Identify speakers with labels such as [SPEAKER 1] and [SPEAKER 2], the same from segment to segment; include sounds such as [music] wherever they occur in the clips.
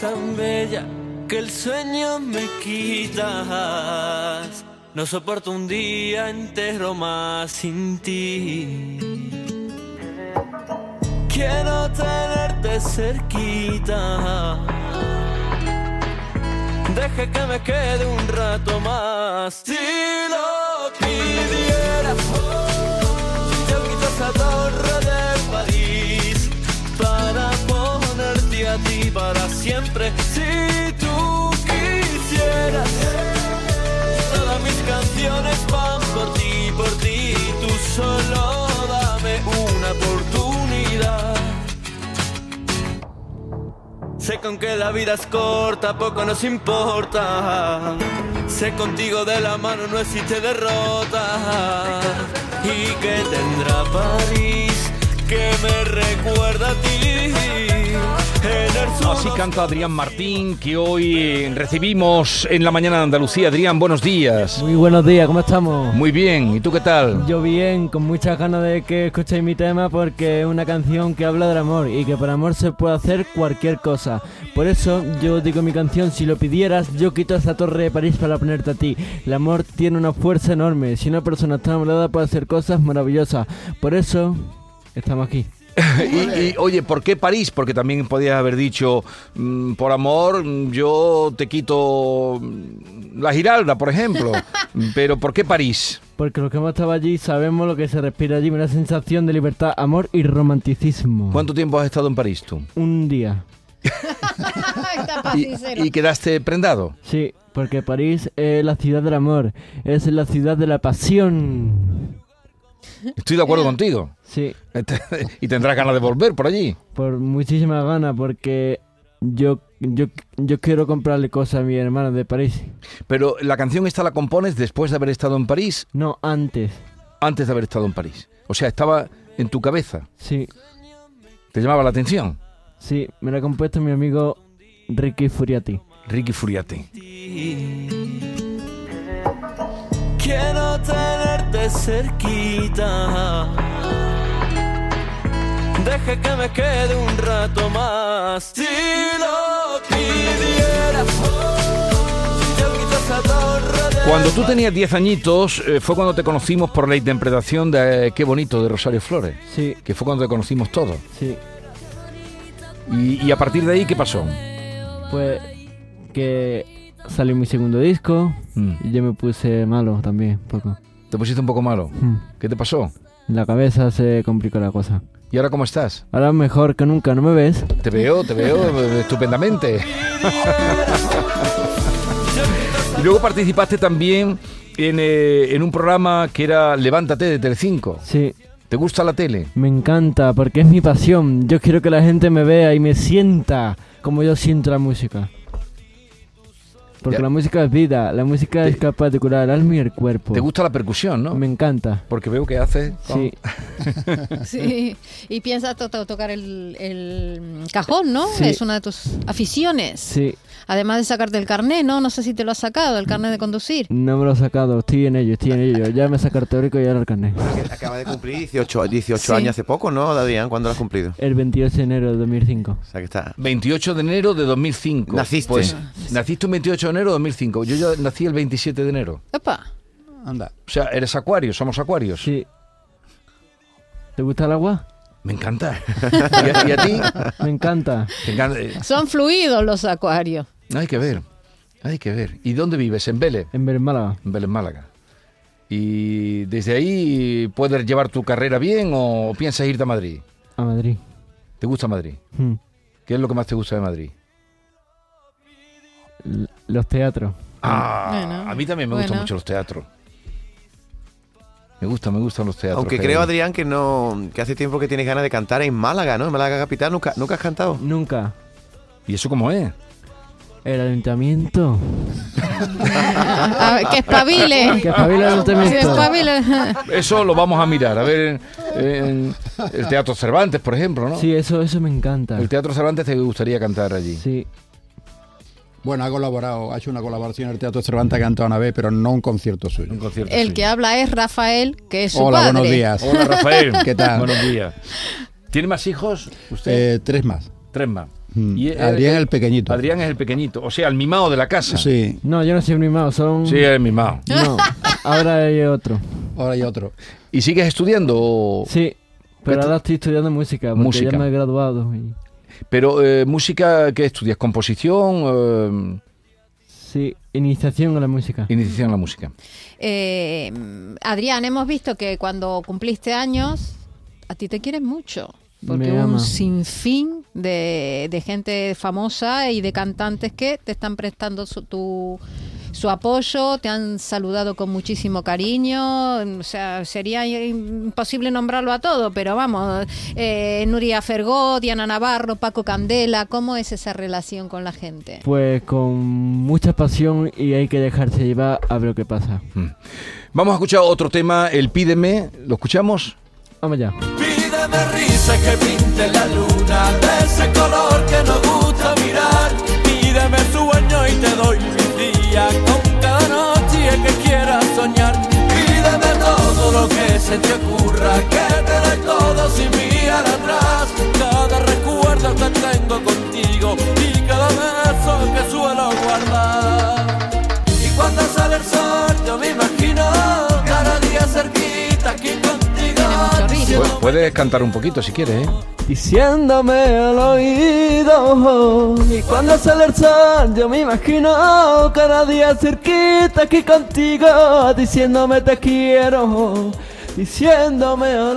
[SPEAKER 1] tan bella que el sueño me quitas. No soporto un día entero más sin ti. Quiero tenerte cerquita. Deja que me quede un rato más. Si lo pidieras, te invito a esa torre de París para ponerte a ti para siempre. Si tú quisieras, todas mis canciones van por ti, por ti. Tú solo dame una oportunidad. Sé con que la vida es corta, poco nos importa. Sé contigo de la mano no existe derrota. ¿Y que tendrá París que me recuerda a ti? En el sur
[SPEAKER 2] Así canta Adrián Martín, que hoy recibimos en la mañana de Andalucía. Adrián, buenos días.
[SPEAKER 3] Muy buenos días, ¿cómo estamos?
[SPEAKER 2] Muy bien, ¿y tú qué tal?
[SPEAKER 3] Yo bien, con muchas ganas de que escuchéis mi tema porque es una canción que habla del amor y que por amor se puede hacer cualquier cosa. Por eso yo digo mi canción, si lo pidieras, yo quito esta torre de París para ponerte a ti. El amor tiene una fuerza enorme, si una persona está enamorada puede hacer cosas maravillosas. Por eso estamos aquí.
[SPEAKER 2] [laughs] Y, y, oye, ¿por qué París? Porque también podías haber dicho, mm, por amor, mm, yo te quito mm, la Giralda, por [laughs] ejemplo. Pero ¿por qué París?
[SPEAKER 3] Porque los que hemos estado allí sabemos lo que se respira allí, una sensación de libertad, amor y romanticismo.
[SPEAKER 2] ¿Cuánto tiempo has estado en París tú?
[SPEAKER 3] Un día.
[SPEAKER 4] Está
[SPEAKER 2] Y,
[SPEAKER 4] pasicero.
[SPEAKER 2] y quedaste prendado.
[SPEAKER 3] Sí, porque París es eh, la ciudad del amor, es la ciudad de la pasión.
[SPEAKER 2] Estoy de acuerdo contigo.
[SPEAKER 3] Sí,
[SPEAKER 2] [laughs] y tendrás ganas de volver por allí.
[SPEAKER 3] por muchísimas ganas, porque yo, yo, yo quiero comprarle cosas a mi hermano de París.
[SPEAKER 2] Pero la canción esta la compones después de haber estado en París,
[SPEAKER 3] No, antes.
[SPEAKER 2] antes de haber estado en París. O sea, estaba en tu cabeza.
[SPEAKER 3] Sí,
[SPEAKER 2] Te llamaba la atención.
[SPEAKER 3] sí, me la ha compuesto mi amigo Ricky Furiati.
[SPEAKER 2] Ricky Furiati.
[SPEAKER 1] Quiero tenerte cerquita. Deja que me quede un rato más. Si lo pidieras, te invito a esa torre de
[SPEAKER 2] Cuando tú tenías 10 añitos, eh, fue cuando te conocimos por la interpretación de eh, Qué bonito de Rosario Flores,
[SPEAKER 3] Sí,
[SPEAKER 2] que fue cuando te conocimos todos.
[SPEAKER 3] sí,
[SPEAKER 2] Y, y a partir de ahí, ¿qué pasó?
[SPEAKER 3] pues que salió mi segundo disco
[SPEAKER 2] Mm.
[SPEAKER 3] y yo me puse malo también, un poco.
[SPEAKER 2] Te pusiste un poco malo.
[SPEAKER 3] Mm.
[SPEAKER 2] ¿Qué te pasó?
[SPEAKER 3] En la cabeza se complicó la cosa.
[SPEAKER 2] ¿Y ahora cómo estás?
[SPEAKER 3] Ahora mejor que nunca, ¿no me ves?
[SPEAKER 2] Te veo, te veo [laughs] eh, estupendamente. y luego participaste también en, eh, en un programa que era Levántate de Telecinco.
[SPEAKER 3] Sí,
[SPEAKER 2] ¿Te gusta la tele?
[SPEAKER 3] me encanta porque es mi pasión. Yo quiero que la gente me vea y me sienta como yo siento la música. Porque
[SPEAKER 2] Ya.
[SPEAKER 3] la música es vida, la música es capaz de curar el alma y el cuerpo.
[SPEAKER 2] ¿Te gusta la percusión, no?
[SPEAKER 3] Pues, Me encanta.
[SPEAKER 2] Porque veo que haces...
[SPEAKER 3] Sí, [laughs]
[SPEAKER 4] Sí. Y piensas to- to- tocar el, el cajón, ¿no?
[SPEAKER 3] Sí.
[SPEAKER 4] Es una de tus aficiones.
[SPEAKER 3] sí,
[SPEAKER 4] Además de sacarte el carné, ¿no? No sé si te lo has sacado, el carné de conducir.
[SPEAKER 3] no me lo he sacado, estoy en ello, estoy en ello. Ya me saca el teórico y ahora el carnet.
[SPEAKER 5] Que Acaba de cumplir 18, 18
[SPEAKER 4] Sí.
[SPEAKER 5] años hace poco, ¿no, Adrián? ¿Cuándo lo has cumplido?
[SPEAKER 3] El 28 de enero de 2005.
[SPEAKER 5] O sea que está.
[SPEAKER 2] 28 de enero de 2005.
[SPEAKER 5] Naciste.
[SPEAKER 2] Pues, naciste un 28 de enero de 2005. Yo ya nací el 27 de enero.
[SPEAKER 4] Opa.
[SPEAKER 6] Anda.
[SPEAKER 2] O sea, eres acuario, somos acuarios.
[SPEAKER 3] Sí. ¿Te gusta
[SPEAKER 2] [laughs]
[SPEAKER 3] el agua?
[SPEAKER 2] Me
[SPEAKER 3] [laughs]
[SPEAKER 2] encanta. ¿Y a, y a ti?
[SPEAKER 3] Me encanta.
[SPEAKER 2] Te encanta. Eh,
[SPEAKER 4] Son fluidos los acuarios. [laughs]
[SPEAKER 2] Hay que ver. Hay que ver. ¿Y dónde vives? En Vélez.
[SPEAKER 3] En Bermálaga.
[SPEAKER 2] En Vélez, Málaga. ¿Y desde ahí puedes llevar tu carrera bien o piensas irte a Madrid?
[SPEAKER 3] A Madrid.
[SPEAKER 2] ¿Te gusta Madrid?
[SPEAKER 3] Mm.
[SPEAKER 2] ¿Qué es lo que más te gusta de Madrid?
[SPEAKER 3] L- Los teatros.
[SPEAKER 2] Ah,
[SPEAKER 4] Bueno.
[SPEAKER 2] a mí también me gustan
[SPEAKER 4] Bueno.
[SPEAKER 2] mucho los teatros. Me gustan, me gustan los teatros.
[SPEAKER 5] Aunque
[SPEAKER 2] Jaime.
[SPEAKER 5] creo, Adrián, que no que hace tiempo que tienes ganas de cantar en Málaga, ¿no? En Málaga Capital nunca, nunca
[SPEAKER 2] [laughs]
[SPEAKER 5] has cantado.
[SPEAKER 3] Nunca.
[SPEAKER 2] ¿Y eso cómo es?
[SPEAKER 3] El ayuntamiento.
[SPEAKER 4] A ver, que espabile.
[SPEAKER 3] Que espabile el ayuntamiento.
[SPEAKER 4] Que espabile.
[SPEAKER 2] Eso lo vamos a mirar. A ver, en- en el Teatro Cervantes, por ejemplo, ¿no?
[SPEAKER 3] Sí, eso, eso me encanta.
[SPEAKER 2] El Teatro Cervantes te gustaría cantar allí.
[SPEAKER 3] Sí,
[SPEAKER 6] Bueno, ha colaborado, ha hecho una colaboración en el Teatro Cervantes, ha cantado una vez, pero no un concierto suyo.
[SPEAKER 2] Un concierto.
[SPEAKER 4] El
[SPEAKER 2] sí.
[SPEAKER 4] que habla es Rafael, que es su
[SPEAKER 6] Hola,
[SPEAKER 4] padre.
[SPEAKER 6] buenos días.
[SPEAKER 2] [laughs] Hola, Rafael.
[SPEAKER 6] ¿Qué tal?
[SPEAKER 2] Buenos días. ¿Tiene más hijos? Usted.
[SPEAKER 6] [laughs] Eh, tres más.
[SPEAKER 2] Tres más. Y él-
[SPEAKER 6] Adrián el pequeñito.
[SPEAKER 2] Adrián es el pequeñito, o sea, el mimado de la casa.
[SPEAKER 6] Sí,
[SPEAKER 3] No, yo no soy un mimado, son...
[SPEAKER 2] Sí, eh. el mimado.
[SPEAKER 3] No, ahora hay otro.
[SPEAKER 6] ahora hay otro.
[SPEAKER 2] ¿Y sigues estudiando? o-
[SPEAKER 3] Sí, pero ahora estoy estudiando música, porque
[SPEAKER 2] Oh. Música.
[SPEAKER 3] ya me he graduado. y-
[SPEAKER 2] Pero eh, música, ¿qué estudias? ¿Composición?
[SPEAKER 3] Sí, iniciación a la música.
[SPEAKER 2] Eh, iniciación a la música.
[SPEAKER 4] Eh, mm, Adrián, hemos visto que cuando cumpliste años, a ti te quieren mucho. Porque
[SPEAKER 3] Me
[SPEAKER 4] hubo
[SPEAKER 3] ama.
[SPEAKER 4] un sinfín de, de gente famosa y de cantantes que te están prestando su, tu- su apoyo, te han saludado con muchísimo cariño. O sea, sería imposible nombrarlo a todo, pero vamos, eh, Nuria Fergó, Diana Navarro, Paco Candela, ¿cómo es esa relación con la gente?
[SPEAKER 3] Pues con mucha pasión y hay que dejarse llevar a ver lo que pasa.
[SPEAKER 2] Mm. Vamos a escuchar otro tema, el Pídeme. ¿Lo escuchamos?
[SPEAKER 3] Vamos allá.
[SPEAKER 1] Pídeme risa que pinte la luna de ese color que nos gusta mirar. Pídeme sueño y te doy mi día con cada noche que quieras soñar. Pídeme todo lo que se te ocurra, que te dé todo sin mirar atrás. Cada recuerdo que tengo contigo y cada beso que suelo guardar. Y cuando sale el sol, yo me imagino cada día cerquita aquí contigo.
[SPEAKER 4] Tiene mucho ritmo.
[SPEAKER 2] Pu- Puedes cantar un poquito si quieres, ¿eh?
[SPEAKER 3] Diciéndome al oído Y cuando sale el sol yo me imagino Cada día cerquita aquí contigo Diciéndome te quiero Diciéndome al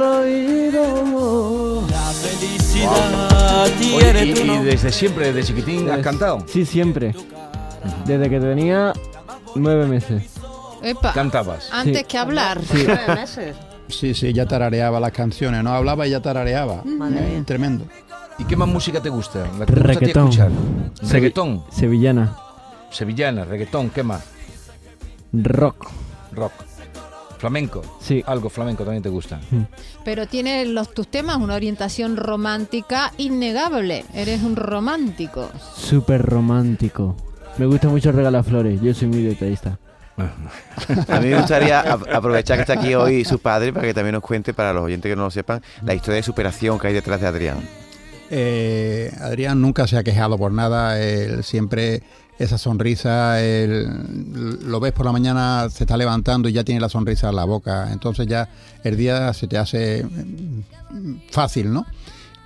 [SPEAKER 3] oído
[SPEAKER 1] La felicidad
[SPEAKER 2] Oye,
[SPEAKER 1] tiene
[SPEAKER 2] y,
[SPEAKER 1] tu
[SPEAKER 2] y
[SPEAKER 1] nombre.
[SPEAKER 2] desde siempre, desde chiquitín,
[SPEAKER 3] Pues-
[SPEAKER 2] has cantado.
[SPEAKER 3] Sí, siempre Desde que tenía nueve meses
[SPEAKER 4] Epa,
[SPEAKER 2] Cantabas.
[SPEAKER 4] antes
[SPEAKER 3] Sí.
[SPEAKER 4] que hablar.
[SPEAKER 7] Nueve meses.
[SPEAKER 6] Sí, sí, ya tarareaba las canciones, no hablaba y ya tarareaba. Eh, Tremendo.
[SPEAKER 2] ¿Y qué más música te gusta? La que te gusta a ti
[SPEAKER 3] Reggaetón.
[SPEAKER 2] escuchar. Reggaetón,
[SPEAKER 3] Sevillana
[SPEAKER 2] sevillana, reggaetón, ¿qué más?
[SPEAKER 3] Rock
[SPEAKER 2] Rock. Flamenco.
[SPEAKER 3] Sí.
[SPEAKER 2] Algo flamenco también te gusta.
[SPEAKER 4] Pero tiene los, tus temas una orientación romántica innegable. Eres un romántico.
[SPEAKER 3] Súper romántico Me gusta mucho regalar flores Yo soy muy detallista
[SPEAKER 5] A mí me gustaría a- aprovechar que está aquí hoy su padre para que también nos cuente, para los oyentes que no lo sepan, la historia de superación que hay detrás de Adrián.
[SPEAKER 6] Eh, Adrián nunca se ha quejado por nada, él siempre esa sonrisa, él- lo ves por la mañana, se está levantando y ya tiene la sonrisa en la boca, entonces ya el día se te hace mm, fácil, ¿no?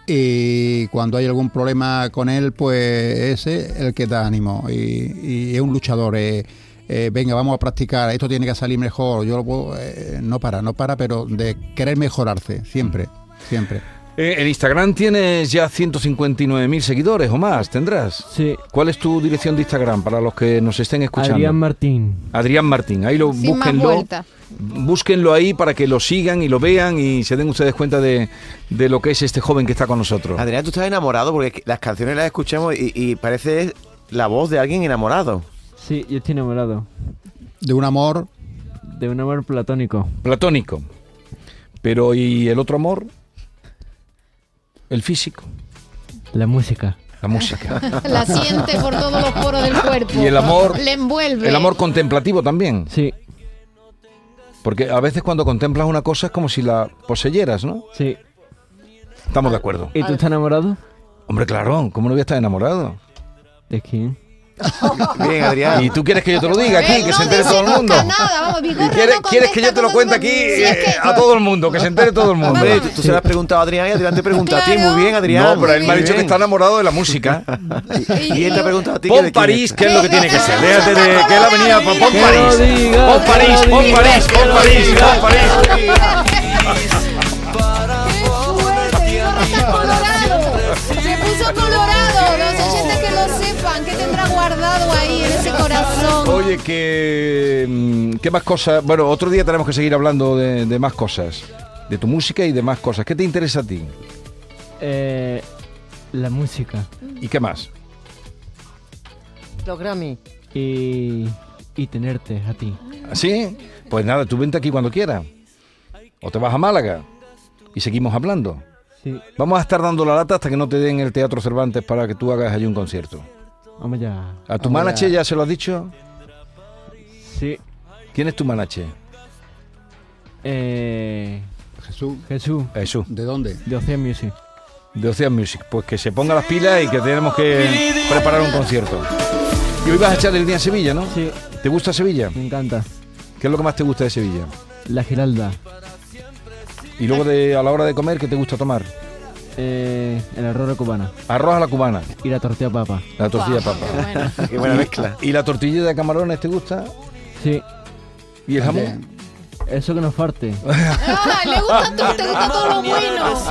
[SPEAKER 6] Y cuando hay algún problema con él, pues ese es el que da ánimo y, y es un luchador. eh, eh, venga, vamos a practicar, esto tiene que salir mejor, yo lo puedo, eh, no para, no para, pero de querer mejorarse, siempre, siempre.
[SPEAKER 2] Eh, en Instagram tienes ya 159.000 seguidores o más, tendrás.
[SPEAKER 3] Sí
[SPEAKER 2] ¿Cuál es tu dirección de Instagram para los que nos estén escuchando?
[SPEAKER 3] Adrián Martín
[SPEAKER 2] Adrián Martín, ahí lo
[SPEAKER 4] Sin más
[SPEAKER 2] búsquenlo.
[SPEAKER 4] vuelta.
[SPEAKER 2] Búsquenlo ahí para que lo sigan y lo vean y se den ustedes cuenta de, de lo que es este joven que está con nosotros.
[SPEAKER 5] Adrián, tú estás enamorado porque es que las canciones las escuchamos y, y parece la voz de alguien enamorado.
[SPEAKER 3] Sí, yo estoy enamorado
[SPEAKER 6] De un amor
[SPEAKER 3] De un amor platónico
[SPEAKER 2] Platónico. Pero ¿y el otro amor? El físico,
[SPEAKER 3] La música.
[SPEAKER 2] la
[SPEAKER 4] [laughs]
[SPEAKER 2] música.
[SPEAKER 4] La siente por todos los poros del cuerpo.
[SPEAKER 2] [laughs] Y el amor-
[SPEAKER 4] Le envuelve.
[SPEAKER 2] El amor contemplativo también.
[SPEAKER 3] Sí,
[SPEAKER 2] Porque a veces cuando contemplas una cosa es como si la poseyeras, ¿no?
[SPEAKER 3] sí.
[SPEAKER 2] Estamos de acuerdo.
[SPEAKER 3] ¿Y tú estás enamorado?
[SPEAKER 2] Hombre, claro, ¿cómo no voy a estar enamorado?
[SPEAKER 3] ¿De quién?
[SPEAKER 5] Bien, Adrián.
[SPEAKER 2] Y tú quieres que yo te lo diga aquí,
[SPEAKER 4] Eh,
[SPEAKER 2] que
[SPEAKER 4] no
[SPEAKER 2] se entere todo el
[SPEAKER 4] dice
[SPEAKER 2] mundo.
[SPEAKER 4] nunca Nada, vamos, Vigorra
[SPEAKER 2] ¿Y quieres,
[SPEAKER 4] no
[SPEAKER 2] quieres que
[SPEAKER 4] contesta
[SPEAKER 2] yo te lo
[SPEAKER 4] todo
[SPEAKER 2] cuente
[SPEAKER 4] el
[SPEAKER 2] aquí
[SPEAKER 4] mundo. Si es que-
[SPEAKER 2] eh, a todo el mundo, que se entere todo el mundo?
[SPEAKER 5] Hombre, tú, tú se lo has preguntado a Adrián y Adrián te pregunta a ti.
[SPEAKER 4] Claro.
[SPEAKER 5] Muy bien, Adrián.
[SPEAKER 2] No, pero él me ha
[SPEAKER 5] Muy
[SPEAKER 2] dicho que
[SPEAKER 5] bien.
[SPEAKER 2] está enamorado de la música.
[SPEAKER 5] Y él te ha preguntado a ti. que
[SPEAKER 2] Pon
[SPEAKER 5] de quién
[SPEAKER 2] París,
[SPEAKER 5] es.
[SPEAKER 2] que es lo que tiene que ser. Déjate de que él ha venido a pon
[SPEAKER 3] Que
[SPEAKER 2] París.
[SPEAKER 3] lo diga,
[SPEAKER 2] Pon París,
[SPEAKER 3] que lo
[SPEAKER 2] pon
[SPEAKER 3] diga,
[SPEAKER 2] París,
[SPEAKER 3] que
[SPEAKER 2] pon
[SPEAKER 3] lo
[SPEAKER 2] París,
[SPEAKER 3] diga.
[SPEAKER 2] pon París.
[SPEAKER 4] Fuerte, Vigorra está colorado. Se puso colorado. Los oyentes que lo sepan, que tendrá guardado ahí en ese corazón.
[SPEAKER 2] Oye, que mm, qué más cosas. Bueno, otro día tenemos que seguir hablando de, de más cosas, de tu música y de más cosas. ¿Qué te interesa a ti?
[SPEAKER 3] Eh, la música.
[SPEAKER 2] ¿Y qué más?
[SPEAKER 7] Los Grammy.
[SPEAKER 3] Y, y tenerte a ti.
[SPEAKER 2] ¿Sí? Pues nada, tú vente aquí cuando quieras. O te vas a Málaga y seguimos hablando.
[SPEAKER 3] Sí,
[SPEAKER 2] Vamos a estar dando la lata hasta que no te den el Teatro Cervantes para que tú hagas allí un concierto.
[SPEAKER 3] vamos ya.
[SPEAKER 2] ¿A tu manache ya se lo has dicho?
[SPEAKER 3] Sí.
[SPEAKER 2] ¿Quién es tu manache?
[SPEAKER 3] Eh,
[SPEAKER 6] Jesús,
[SPEAKER 3] Jesús,
[SPEAKER 2] Jesús.
[SPEAKER 6] ¿de dónde?
[SPEAKER 3] de Ocean Music.
[SPEAKER 2] de Ocean Music. Pues que se ponga las pilas y que tenemos que preparar un concierto. Y hoy vas a echar el día en Sevilla, ¿no?
[SPEAKER 3] Sí,
[SPEAKER 2] ¿Te gusta Sevilla?
[SPEAKER 3] me encanta.
[SPEAKER 2] ¿Qué es lo que más te gusta de Sevilla?
[SPEAKER 3] La Giralda,
[SPEAKER 2] Y luego de, a la hora de comer, ¿qué te gusta tomar?
[SPEAKER 3] eh, el arroz cubana
[SPEAKER 2] Arroz a la cubana,
[SPEAKER 3] y la tortilla papa.
[SPEAKER 2] la tortilla de
[SPEAKER 4] Guau,
[SPEAKER 2] papa.
[SPEAKER 4] qué bueno.
[SPEAKER 5] Qué buena mezcla.
[SPEAKER 2] ¿Y la tortilla de camarones te gusta?
[SPEAKER 3] Sí,
[SPEAKER 2] ¿Y el jamón?
[SPEAKER 6] Bien.
[SPEAKER 3] eso que nos [laughs] falte.
[SPEAKER 4] Ah, le gusta todo, te gusta todo lo bueno.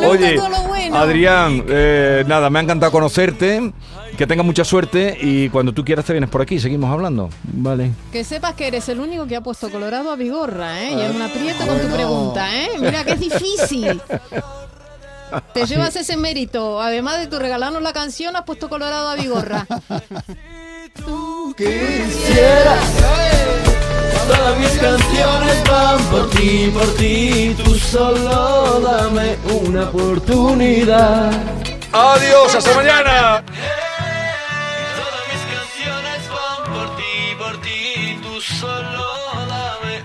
[SPEAKER 4] Le
[SPEAKER 2] Oye,
[SPEAKER 4] gusta todo lo bueno.
[SPEAKER 2] Adrián, eh, nada, me ha encantado conocerte, que tengas mucha suerte y cuando tú quieras te vienes por aquí, seguimos hablando.
[SPEAKER 3] Vale.
[SPEAKER 4] Que sepas que eres el único que ha puesto Colorado a Vigorra, ¿eh? Y en un aprieto con tu pregunta, ¿eh? Mira que es difícil. Te llevas ese mérito. Además de tu regalarnos la canción, has puesto Colorado a Vigorra.
[SPEAKER 1] Todas mis canciones van por ti, por ti. Tú solo dame una oportunidad.
[SPEAKER 2] Adiós, hasta mañana.
[SPEAKER 1] Todas mis canciones van por ti, por ti. Tú solo dame